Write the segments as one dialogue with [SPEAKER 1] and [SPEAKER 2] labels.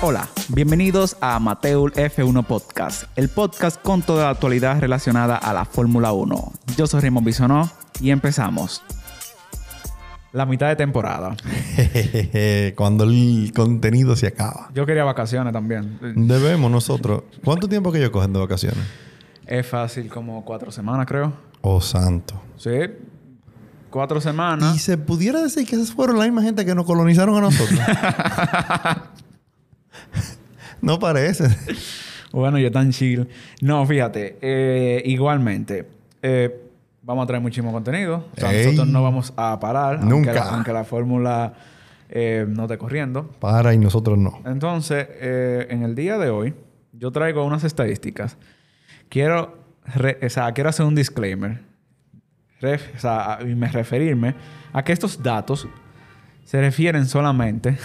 [SPEAKER 1] Hola, bienvenidos a Amateur F1 Podcast, el podcast con toda la actualidad relacionada a la Fórmula 1. Yo soy Raymond Bisonó y empezamos. La mitad de temporada.
[SPEAKER 2] Cuando el contenido se acaba.
[SPEAKER 1] Yo quería vacaciones también.
[SPEAKER 2] Debemos nosotros. ¿Cuánto tiempo que ellos cogen de vacaciones?
[SPEAKER 1] Es fácil, como cuatro semanas creo.
[SPEAKER 2] Oh, santo.
[SPEAKER 1] Sí, cuatro semanas.
[SPEAKER 2] Y se pudiera decir que esas fueron la misma gente que nos colonizaron a nosotros. no parece.
[SPEAKER 1] Bueno, yo tan chill. No, fíjate, eh, igualmente, eh, vamos a traer muchísimo contenido. O sea,
[SPEAKER 2] Ey.
[SPEAKER 1] nosotros no vamos a parar. Aunque
[SPEAKER 2] Nunca.
[SPEAKER 1] la, aunque la fórmula eh, no esté corriendo.
[SPEAKER 2] Para y nosotros no.
[SPEAKER 1] Entonces, eh, en el día de hoy, yo traigo unas estadísticas. Quiero, re- o sea, quiero hacer un disclaimer. Ref- o sea, a- y me referirme a que estos datos se refieren solamente.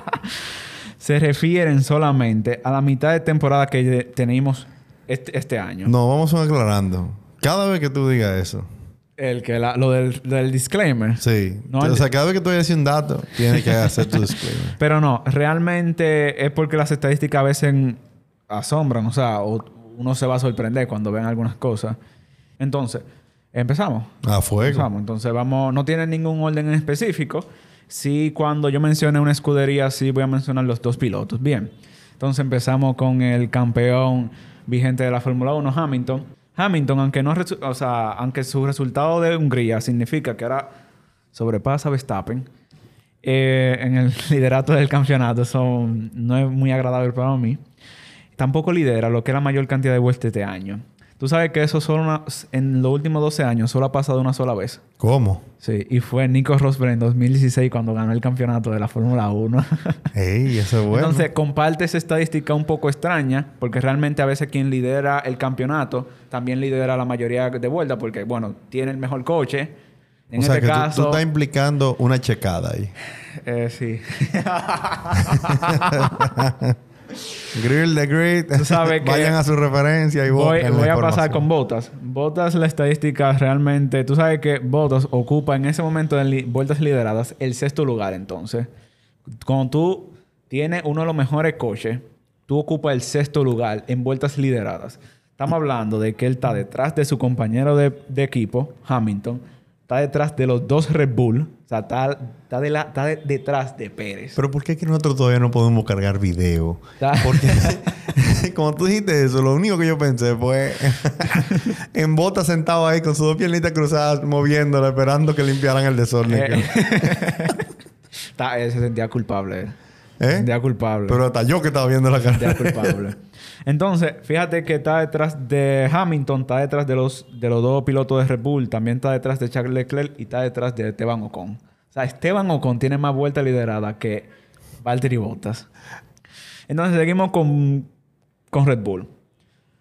[SPEAKER 1] se refieren solamente a la mitad de temporada que de- tenemos este, este año.
[SPEAKER 2] No, vamos aclarando. Cada vez que tú digas eso.
[SPEAKER 1] El que la- lo del, del disclaimer.
[SPEAKER 2] Sí.
[SPEAKER 1] No,
[SPEAKER 2] o
[SPEAKER 1] el-
[SPEAKER 2] sea, cada vez que tú digas un dato, tienes que hacer tu disclaimer.
[SPEAKER 1] Pero no, realmente es porque las estadísticas a veces asombran, o sea, o- uno se va a sorprender cuando ven algunas cosas. Entonces, empezamos.
[SPEAKER 2] A fuego.
[SPEAKER 1] Empezamos. Entonces, vamos, no tiene ningún orden en específico. Sí, cuando yo mencione una escudería, sí voy a mencionar los dos pilotos. Bien. Entonces, empezamos con el campeón vigente de la Fórmula 1, Hamilton. Hamilton, aunque no, resu- o sea, aunque su resultado de Hungría significa que ahora sobrepasa a Verstappen, eh, en el liderato del campeonato. Eso no es muy agradable para mí. Tampoco lidera lo que es la mayor cantidad de vueltas este año. Tú sabes que eso solo una- en los últimos 12 años solo ha pasado una sola vez.
[SPEAKER 2] ¿Cómo?
[SPEAKER 1] Sí, y fue Nico Rosberg en 2016 cuando ganó el campeonato de la Fórmula 1.
[SPEAKER 2] Ey, eso es bueno.
[SPEAKER 1] Entonces, comparte esa estadística un poco extraña, porque realmente a veces quien lidera el campeonato también lidera la mayoría de vueltas, porque, bueno, tiene el mejor coche. En
[SPEAKER 2] o sea,
[SPEAKER 1] este
[SPEAKER 2] que tú-
[SPEAKER 1] caso,
[SPEAKER 2] tú, estás implicando una checada ahí.
[SPEAKER 1] eh, sí.
[SPEAKER 2] Grill the Great.
[SPEAKER 1] Tú sabes que-
[SPEAKER 2] Vayan a su referencia y
[SPEAKER 1] Voy,
[SPEAKER 2] busquen la
[SPEAKER 1] voy a pasar
[SPEAKER 2] información.
[SPEAKER 1] con Botas. Botas, la estadística realmente. Tú sabes que Botas ocupa en ese momento de li- vueltas lideradas el sexto lugar, entonces. Cuando tú tienes uno de los mejores coches, tú ocupas el sexto lugar en vueltas lideradas. Estamos hablando de que él está detrás de su compañero de, de equipo, Hamilton. Está detrás de los dos Red Bull. O sea, está, está de la- está de- detrás de Pérez.
[SPEAKER 2] Pero ¿por qué es que nosotros todavía no podemos cargar video?
[SPEAKER 1] Está-
[SPEAKER 2] Porque como tú dijiste eso, lo único que yo pensé fue en bota sentado ahí con sus dos piernitas cruzadas, moviéndola, esperando que limpiaran el desorden.
[SPEAKER 1] Eh,
[SPEAKER 2] que-
[SPEAKER 1] está- él se sentía culpable. él. Se
[SPEAKER 2] ¿Eh?
[SPEAKER 1] sentía culpable.
[SPEAKER 2] Pero hasta yo que estaba viendo la
[SPEAKER 1] Ya
[SPEAKER 2] carrera.
[SPEAKER 1] culpable. Entonces, fíjate que está detrás de Hamilton, está detrás de los, de los dos pilotos de Red Bull, también está detrás de Charles Leclerc y está detrás de Esteban Ocon. O sea, Esteban Ocon tiene más vueltas lideradas que Valtteri Bottas. Entonces, seguimos con, con Red Bull.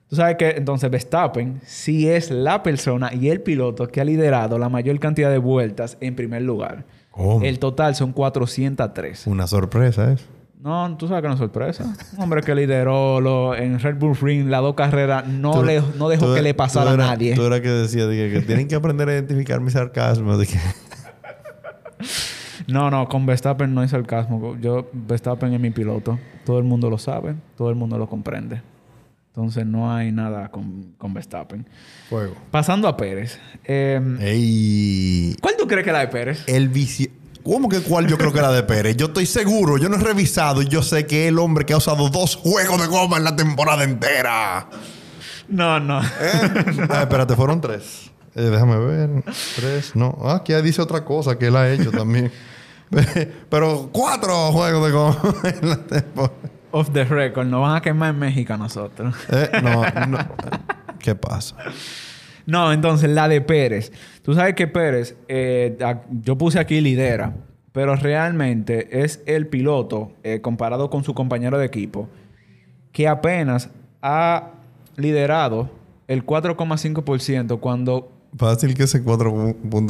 [SPEAKER 1] Tú sabes que entonces Verstappen sí es la persona y el piloto que ha liderado la mayor cantidad de vueltas en primer lugar.
[SPEAKER 2] ¿Cómo?
[SPEAKER 1] El total son 403.
[SPEAKER 2] Oh, Una sorpresa es.
[SPEAKER 1] No, tú sabes que no es sorpresa. Un hombre que lideró lo- en Red Bull Ring las dos carreras no,
[SPEAKER 2] Tú-
[SPEAKER 1] le, no dejó
[SPEAKER 2] tú-
[SPEAKER 1] que le
[SPEAKER 2] tú
[SPEAKER 1] pasara
[SPEAKER 2] era-
[SPEAKER 1] a nadie.
[SPEAKER 2] Tú era que decía de que, que tienen que aprender a identificar mi sarcasmo. de que-
[SPEAKER 1] No, no, con Verstappen no hay sarcasmo. Yo, Verstappen es mi piloto. Todo el mundo lo sabe, todo el mundo lo comprende. Entonces no hay nada con, con Verstappen.
[SPEAKER 2] Fuego.
[SPEAKER 1] Pasando a Pérez. Eh,
[SPEAKER 2] Ey.
[SPEAKER 1] ¿Cuál tú crees que es la de Pérez?
[SPEAKER 2] El vicio. ¿Cómo que cuál yo creo que era de Pérez? Yo estoy seguro, yo no he revisado y yo sé que es el hombre que ha usado dos juegos de goma en la temporada entera.
[SPEAKER 1] No, no.
[SPEAKER 2] Ah, espérate, fueron tres. Eh, déjame ver. Tres, no. Ah, que ahí dice otra cosa que él ha hecho también. Pero cuatro juegos de goma en la temporada.
[SPEAKER 1] Off the record, nos van a quemar en México a nosotros.
[SPEAKER 2] Eh, no, no. ¿Qué pasa?
[SPEAKER 1] No, entonces la de Pérez. Tú sabes que Pérez, eh, a- yo puse aquí lidera, pero realmente es el piloto, eh, comparado con su compañero de equipo, que apenas ha liderado el 4,5% cuando...
[SPEAKER 2] Fácil que ese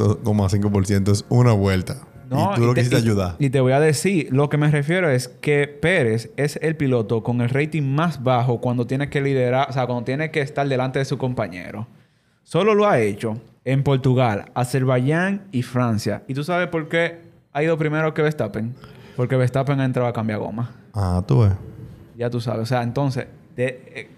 [SPEAKER 2] 4.5% es una vuelta.
[SPEAKER 1] No,
[SPEAKER 2] y tú lo
[SPEAKER 1] te-
[SPEAKER 2] quisiste ayudar.
[SPEAKER 1] Y te voy a decir, lo que me refiero es que Pérez es el piloto con el rating más bajo cuando tiene que liderar, o sea, cuando tiene que estar delante de su compañero. Solo lo ha hecho en Portugal, Azerbaiyán y Francia. ¿Y tú sabes por qué ha ido primero que Verstappen? Porque Verstappen ha entrado a cambiar goma.
[SPEAKER 2] Ah, tú ves.
[SPEAKER 1] Ya tú sabes. O sea, entonces, de- eh,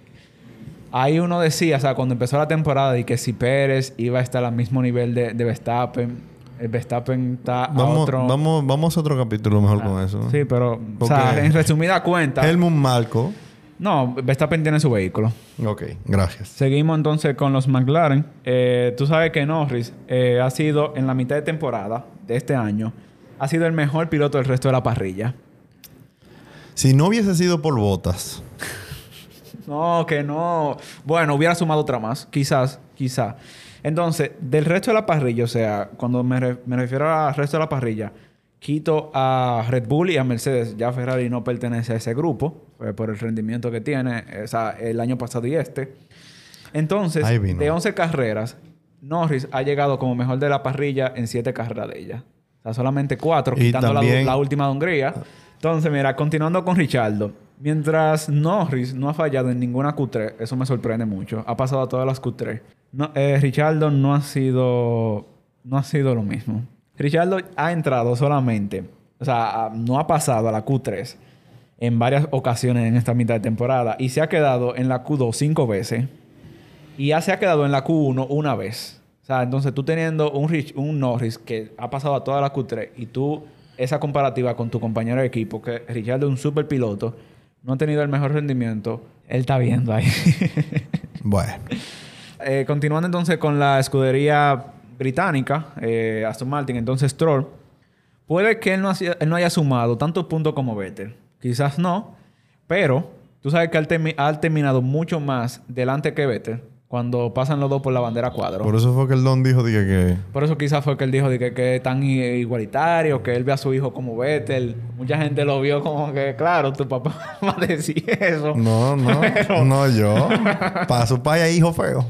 [SPEAKER 1] ahí uno decía, o sea, cuando empezó la temporada, y que si Pérez iba a estar al mismo nivel de, de Verstappen, el Verstappen está
[SPEAKER 2] Vamos,
[SPEAKER 1] a otro.
[SPEAKER 2] vamos, vamos a otro capítulo mejor
[SPEAKER 1] Ah,
[SPEAKER 2] con eso.
[SPEAKER 1] Sí, pero, o
[SPEAKER 2] Porque-
[SPEAKER 1] sea, en resumida cuenta,
[SPEAKER 2] Helmut Marco.
[SPEAKER 1] no, Verstappen tiene su vehículo.
[SPEAKER 2] Ok, gracias.
[SPEAKER 1] Seguimos entonces con los McLaren. Eh, tú sabes que Norris eh, ha sido, en la mitad de temporada de este año, ha sido el mejor piloto del resto de la parrilla.
[SPEAKER 2] Si no hubiese sido por botas,
[SPEAKER 1] No, que no. Bueno, hubiera sumado otra más. Quizás, quizás. Entonces, del resto de la parrilla, o sea, cuando me, re- me refiero al resto de la parrilla, quito a Red Bull y a Mercedes. Ya Ferrari no pertenece a ese grupo eh, por el rendimiento que tiene, eh, o sea, el año pasado y este. Entonces,
[SPEAKER 2] Ahí vino.
[SPEAKER 1] de 11 carreras, Norris ha llegado como mejor de la parrilla en 7 carreras de ella. O sea, solamente 4,
[SPEAKER 2] Y
[SPEAKER 1] quitando la-
[SPEAKER 2] también- Ah.
[SPEAKER 1] la última de Hungría. Entonces, mira, continuando con Richardo. Mientras Norris no ha fallado en ninguna Q3, eso me sorprende mucho. Ha pasado a todas las Q3. No, eh, Richardo no ha sido... No ha sido lo mismo. Richardo ha entrado solamente... O sea, a- no ha pasado a la Q3 en varias ocasiones en esta mitad de temporada. Y se ha quedado en la Q2 cinco veces. Y ya se ha quedado en la Q1 una vez. O sea, entonces tú teniendo un, Rich- un Norris que ha pasado a toda la Q3 y tú esa comparativa con tu compañero de equipo, que Richard es un super piloto, no ha tenido el mejor rendimiento, él está viendo ahí.
[SPEAKER 2] bueno.
[SPEAKER 1] Eh, continuando entonces con la escudería británica, eh, Aston Martin, entonces Troll, puede que él no, hacía- él no haya sumado tantos puntos como Vettel. Quizás no, pero tú sabes que él termi- ha terminado mucho más delante que Vettel cuando pasan los dos por la bandera cuadro.
[SPEAKER 2] Por eso fue que el Don dijo dije, que
[SPEAKER 1] Por eso quizás fue que él dijo de que, que es tan i- igualitario, que él ve a su hijo como Vettel. Mucha gente lo vio como que, claro, tu papá va a decir eso.
[SPEAKER 2] no, no,
[SPEAKER 1] Pero-
[SPEAKER 2] no yo. Para su paya hijo feo.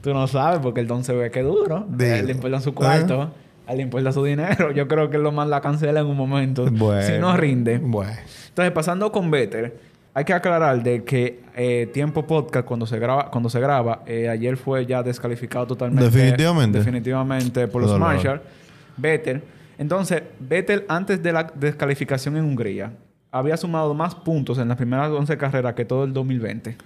[SPEAKER 1] Tú no sabes porque el don se ve que duro.
[SPEAKER 2] Digo.
[SPEAKER 1] A él le importa su
[SPEAKER 2] Ah.
[SPEAKER 1] cuarto. A él le importa su dinero. Yo creo que lo más la cancela en un momento. Si no rinde.
[SPEAKER 2] Bueno.
[SPEAKER 1] Entonces, pasando con Better, hay que aclarar de que eh, Tiempo Podcast, cuando se graba, cuando se graba eh, ayer fue ya descalificado totalmente.
[SPEAKER 2] Definitivamente.
[SPEAKER 1] Definitivamente por los
[SPEAKER 2] Dolor.
[SPEAKER 1] Marshall. Better. Entonces, Better, antes de la descalificación en Hungría, había sumado más puntos en las primeras 11 carreras que todo el 2020.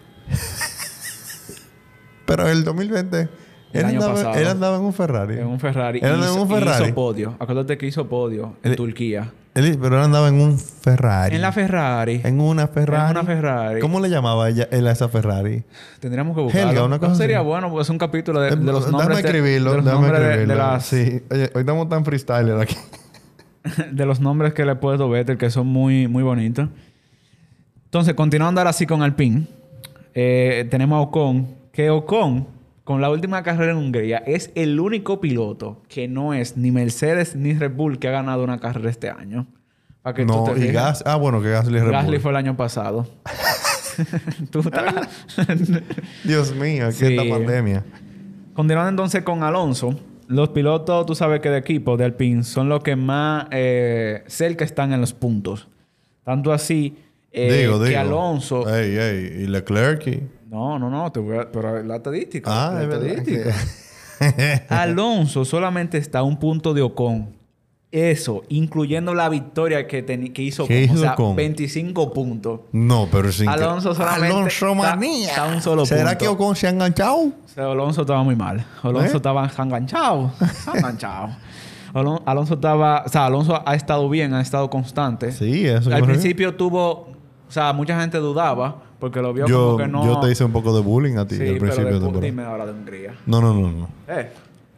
[SPEAKER 2] Pero el 2020, él,
[SPEAKER 1] año
[SPEAKER 2] andaba,
[SPEAKER 1] pasado.
[SPEAKER 2] él andaba en un Ferrari.
[SPEAKER 1] En un Ferrari.
[SPEAKER 2] Él andaba en
[SPEAKER 1] hizo,
[SPEAKER 2] un Ferrari. Eh,
[SPEAKER 1] hizo podio. Acuérdate que hizo podio en
[SPEAKER 2] Él-
[SPEAKER 1] Turquía.
[SPEAKER 2] Él- pero él andaba en un Ferrari.
[SPEAKER 1] En la Ferrari.
[SPEAKER 2] En una Ferrari.
[SPEAKER 1] En una Ferrari.
[SPEAKER 2] ¿Cómo le llamaba ella, él a esa Ferrari?
[SPEAKER 1] Tendríamos que buscarlo.
[SPEAKER 2] Helga, una cosa
[SPEAKER 1] No sería
[SPEAKER 2] así.
[SPEAKER 1] bueno, pues es un capítulo de, de
[SPEAKER 2] Eh,
[SPEAKER 1] los
[SPEAKER 2] déjame
[SPEAKER 1] nombres de-
[SPEAKER 2] escribirlo.
[SPEAKER 1] de, los
[SPEAKER 2] déjame
[SPEAKER 1] nombres de- de
[SPEAKER 2] escribirlo.
[SPEAKER 1] las-
[SPEAKER 2] Sí. Oye, hoy estamos tan freestyler aquí.
[SPEAKER 1] de los nombres que le he puesto Vettel, que son muy, muy bonitos. Entonces, continuando ahora sí con Alpine, eh, tenemos a Ocon, que Ocon, con la última carrera en Hungría, es el único piloto que no es ni Mercedes ni Red Bull que ha ganado una carrera este año. Para que tú
[SPEAKER 2] No,
[SPEAKER 1] te
[SPEAKER 2] y
[SPEAKER 1] fijas.
[SPEAKER 2] Gas... Ah, bueno, que Gasly es Red
[SPEAKER 1] Gasly
[SPEAKER 2] Bull.
[SPEAKER 1] fue el año pasado. Tú estás-
[SPEAKER 2] Dios mío, aquí
[SPEAKER 1] Sí.
[SPEAKER 2] esta pandemia.
[SPEAKER 1] Continuando entonces con Alonso, los pilotos, tú sabes que de equipo, de Alpine, son los que más eh, cerca están en los puntos. Tanto así eh,
[SPEAKER 2] digo,
[SPEAKER 1] que
[SPEAKER 2] digo. Eh.
[SPEAKER 1] Alonso.
[SPEAKER 2] Ey, ey. Y Leclerc. y-
[SPEAKER 1] No, no, no, te voy a- pero la estadística.
[SPEAKER 2] Ah,
[SPEAKER 1] la
[SPEAKER 2] es verdad.
[SPEAKER 1] estadística.
[SPEAKER 2] que-
[SPEAKER 1] Alonso solamente está a un punto de Ocon. Eso, incluyendo la victoria que, teni- que hizo
[SPEAKER 2] ¿Qué
[SPEAKER 1] Ocon.
[SPEAKER 2] hizo
[SPEAKER 1] O sea,
[SPEAKER 2] Ocon?
[SPEAKER 1] 25 puntos.
[SPEAKER 2] No, pero sin que-
[SPEAKER 1] Alonso solamente
[SPEAKER 2] Alonso
[SPEAKER 1] está-
[SPEAKER 2] manía.
[SPEAKER 1] está a un solo
[SPEAKER 2] ¿Será
[SPEAKER 1] punto.
[SPEAKER 2] que Ocon se ha enganchado?
[SPEAKER 1] O sea, Alonso estaba muy mal. Alonso
[SPEAKER 2] ¿Eh?
[SPEAKER 1] estaba enganchado. Enganchado. Alon- Alonso estaba... O sea, Alonso ha estado bien, ha estado constante.
[SPEAKER 2] Sí, eso que
[SPEAKER 1] Al
[SPEAKER 2] me
[SPEAKER 1] principio tuvo... O sea, mucha gente dudaba porque lo vio
[SPEAKER 2] refiero.
[SPEAKER 1] como
[SPEAKER 2] Yo,
[SPEAKER 1] que no...
[SPEAKER 2] yo te hice un poco de bullying a ti
[SPEAKER 1] Sí,
[SPEAKER 2] al
[SPEAKER 1] pero
[SPEAKER 2] principio de
[SPEAKER 1] después
[SPEAKER 2] temporada.
[SPEAKER 1] dime ahora de Hungría.
[SPEAKER 2] No, no, no, no.
[SPEAKER 1] Eh,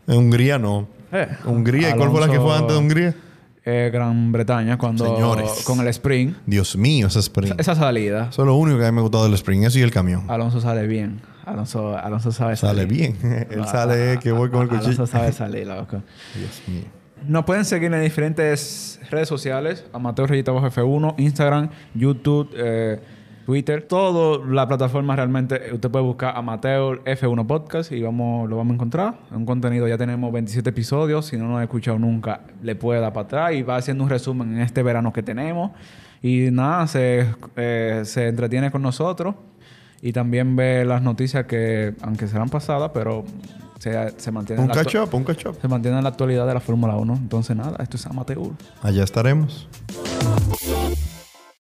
[SPEAKER 2] En Hungría no.
[SPEAKER 1] eh.
[SPEAKER 2] Hungría, ¿y cuál fue la que
[SPEAKER 1] Alonso-
[SPEAKER 2] fue antes de Hungría?
[SPEAKER 1] Eh, Gran Bretaña cuando...
[SPEAKER 2] Señores.
[SPEAKER 1] Con el sprint.
[SPEAKER 2] Dios mío, ese sprint.
[SPEAKER 1] Esa Ah. salida.
[SPEAKER 2] Eso es lo único que a mí me ha gustado del sprint, eso y el camión.
[SPEAKER 1] Alonso sale bien. Alonso, Alonso sabe salir.
[SPEAKER 2] Sale bien. Él sale eh, que voy con el cuchillo.
[SPEAKER 1] Alonso sabe salir, loco.
[SPEAKER 2] Dios mío.
[SPEAKER 1] Nos pueden seguir en diferentes redes sociales: Amateur Rayita Bajo F1, Instagram, YouTube, eh, Twitter. Todas las plataformas realmente. eh, Usted puede buscar Amateur F1 Podcast y vamos, lo vamos a encontrar. Un contenido, ya tenemos 27 episodios. Si no nos ha escuchado nunca, le puede dar para atrás y va haciendo un resumen en este verano que tenemos. Y nada, se, eh, se entretiene con nosotros. Y también ve las noticias que, aunque serán pasadas, pero se, se mantiene
[SPEAKER 2] Un
[SPEAKER 1] la actu-
[SPEAKER 2] catch up, un catch up.
[SPEAKER 1] se mantiene en la actualidad de la Fórmula 1. Entonces, nada, esto es amateur.
[SPEAKER 2] Allá estaremos.